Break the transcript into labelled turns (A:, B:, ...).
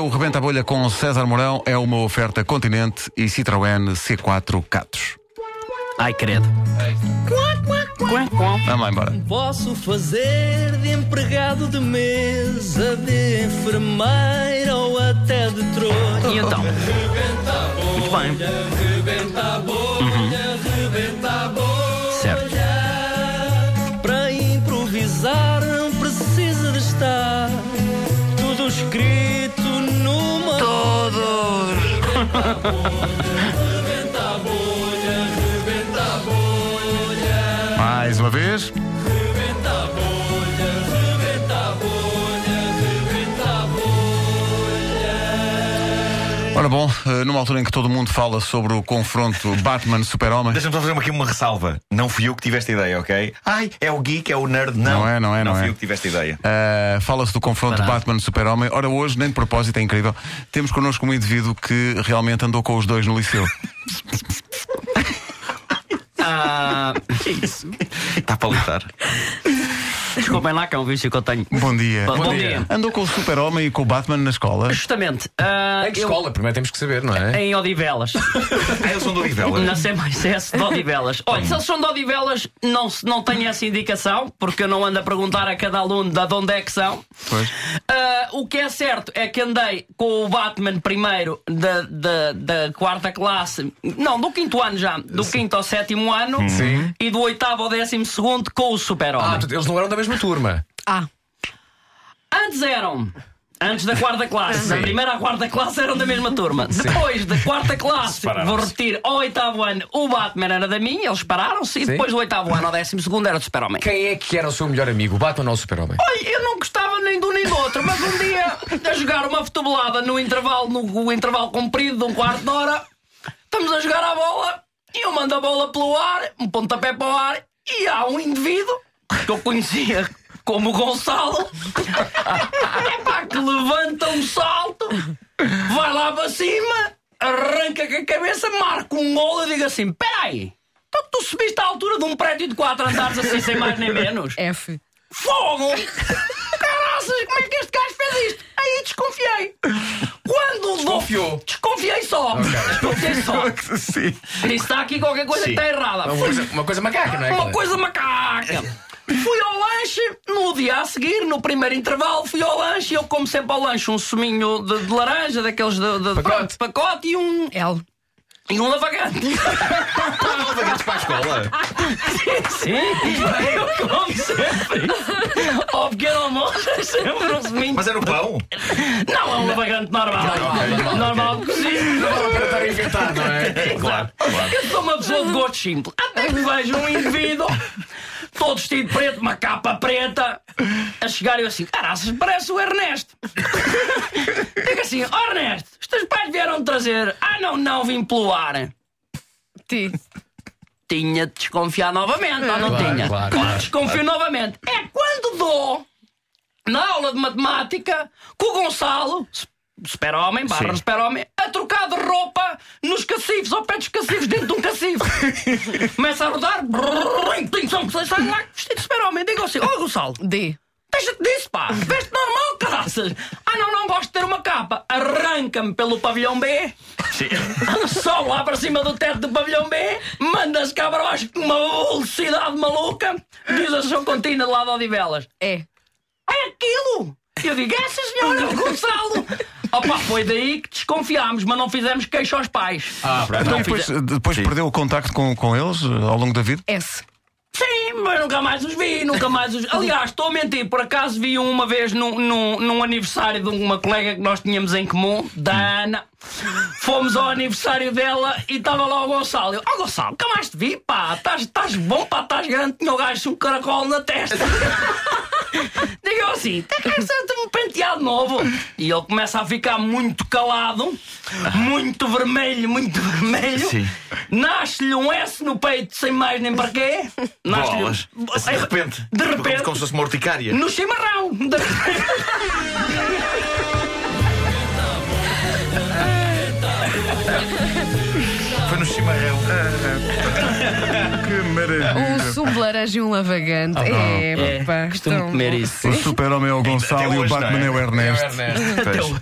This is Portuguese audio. A: O Rebenta a Bolha com César Mourão é uma oferta Continente e Citroën C4 Catos.
B: Ai, credo.
A: Vamos lá embora.
C: Posso fazer de empregado de mesa, de enfermeira ou até de trouxa.
B: E então? Muito bem. Uhum. Certo.
C: Para improvisar não precisa de estar tudo escrito numa.
B: Todos.
A: Mais uma vez. Ora bom, eh, numa altura em que todo mundo fala sobre o confronto Batman-Super-Homem,
D: Deixa-me só fazer aqui uma ressalva. Não fui eu que tive esta ideia, ok? Ai, é o geek, é o nerd. Não,
A: Não é, não é, não
D: fui
A: é.
D: eu que tive esta ideia.
A: eh, fala-se do confronto
B: Verdade.
A: Batman-Super-Homem. Ora, hoje, nem de propósito, é incrível, temos connosco um indivíduo que realmente andou com os dois no liceu.
B: Ah,
D: Está para lutar.
B: desculpem lá que é um vício que eu tenho.
A: Bom dia.
B: Bom dia.
A: Andou com o Super-Homem e com o Batman na escola?
B: Justamente. ah,
E: Em É que
B: eu-
E: escola? Primeiro temos que saber, não é?
B: Em Odivelas.
D: Ah, eu sou do Livela.
B: Na CMSS é de Odivelas. Olha, se eles são de Odivelas, não, se- não tenho essa indicação, porque eu não ando a perguntar a cada aluno de onde é que são.
A: Pois.
B: Ah, o que é certo é que andei com o Batman primeiro da, da, da quarta classe, não, do quinto ano já, do quinto ao sétimo ano
E: Sim.
B: e do oitavo ao décimo segundo com o
E: Ah,
B: Super-Homem.
E: portanto, eles não eram da mesma turma.
B: Antes eram. Antes da quarta classe. Da primeira à quarta classe eram da mesma turma. Depois da quarta classe, vou
D: Separaram-se.
B: repetir, ao oitavo ano, o Batman era da minha, eles pararam-se. E
E: Sim.
B: depois do oitavo ano ao décimo segundo era do Super-Homem.
E: Quem é que era o seu melhor amigo? O Batman ou o Super-Homem?
B: Olha, eu não gostava nem de um nem do outro, mas um dia, a jogar uma futebolada no intervalo, no o intervalo comprido de um quarto de hora, estamos a jogar a bola e eu mando a bola pelo ar, um pontapé para o ar, e há um indivíduo que eu conhecia como Gonçalo, epá, que levanta um salto, vai lá para cima, arranca com a cabeça, marca um gol e digo assim: peraí. então Tu subiste à altura de um prédio de quatro andares assim, sem mais nem menos.
F: F.
B: Fogo! Caraças, como é que este gajo fez isto? Aí desconfiei. Quando
E: Desconfiou.
B: Desconfiei só. Desconfiei só.
D: Sim.
B: Disse: está aqui qualquer coisa que está errada.
E: É Uma
B: Fui-
E: coisa, uma coisa macaca, não é?
B: uma coisa macaca. Fui ao lanche, no dia a seguir, no primeiro intervalo, fui ao lanche e eu como sempre ao lanche um suminho de, de laranja, daqueles de, de- de-
E: Pacote.
B: pacote e um,
F: L.
B: e um lavagante.
D: Vagados para a escola.
B: Sim, eu como sempre. Ao pequeno almoço, sempre um suminho
D: Mas era o pão.
B: Não, é um lavagante normal. Normal, normal cozido.
E: para estar a inventar, não é?
D: Claro, claro.
B: Eu sou uma pessoa de gosto simples. Até que vejo um indivíduo, todo vestido de preto, uma capa preta, a chegar e eu assim, caraças, parece o Ernesto. Digo assim, "Ó, Ernesto, os teus pais vieram trazer. Ah, não, não, vim pelo ar.
F: T.
B: Tinha de desconfiar novamente, ou não
E: Claro,
B: tinha?
E: claro,
B: Quando
E: claro.
B: desconfio novamente. É quando dou, na aula de matemática, com o Gonçalo, s- super-homem, barra
D: Sim.
B: super-homem, a trocar de roupa nos cacifes, ao pé dos cacifes, dentro de um cacifo. Começa a rodar, brrrr, tem som que sai, sai lá, vestido de super-homem. Digo assim, ó Gonçalo,
F: D.
B: Deixa-te disso, pá! Veste normal, caraças! Ah, não, não gosto de ter uma capa! Arranca-me pelo pavilhão B! Só lá para cima do teto do pavilhão B! Manda-se cá para baixo com uma velocidade maluca! Diz a São Contina lá de Odivelas:
F: E.
B: É aquilo! Eu digo: É, sim, senhor, é o Gonçalo! Opa, foi daí que desconfiámos, mas não fizemos queixa aos pais.
E: Ah, pronto.
A: Então, depois, depois perdeu o contacto com, com eles eh, ao longo da vida?
F: S.
B: Sim, mas nunca mais os vi, nunca mais os Aliás, estou a mentir, por acaso vi um uma vez num, num, num aniversário de uma colega que nós tínhamos em comum, da Ana. Fomos ao aniversário dela e estava lá o Gonçalo. Eu, oh Gonçalo, nunca mais te vi, pá, estás- estás bom, pá, estás grande, tinha o gajo um caracol na testa. Digo assim, tá cá sente um penteado novo. E ele começa a ficar muito calado, muito vermelho, muito vermelho.
D: Sim.
B: Nasce-lhe um S no peito, sem mais nem para quê. Nasce-lhe- um
D: Bolas. Assim, de repente.
B: De
D: Como,
B: repente.
D: como se fosse uma urticária.
B: No chimarrão. De repente.
D: Foi no chimarrão. É.
A: Que maravilha!
F: Um sumo de laranja e um lavagante. É, pá. tão bom.
B: isso.
A: O Super-Homem é o Gonçalo
D: Até
A: e o
D: hoje,
A: Batman
D: não é?
A: é o Ernesto.
B: Então,
E: Ernesto.
D: Pois.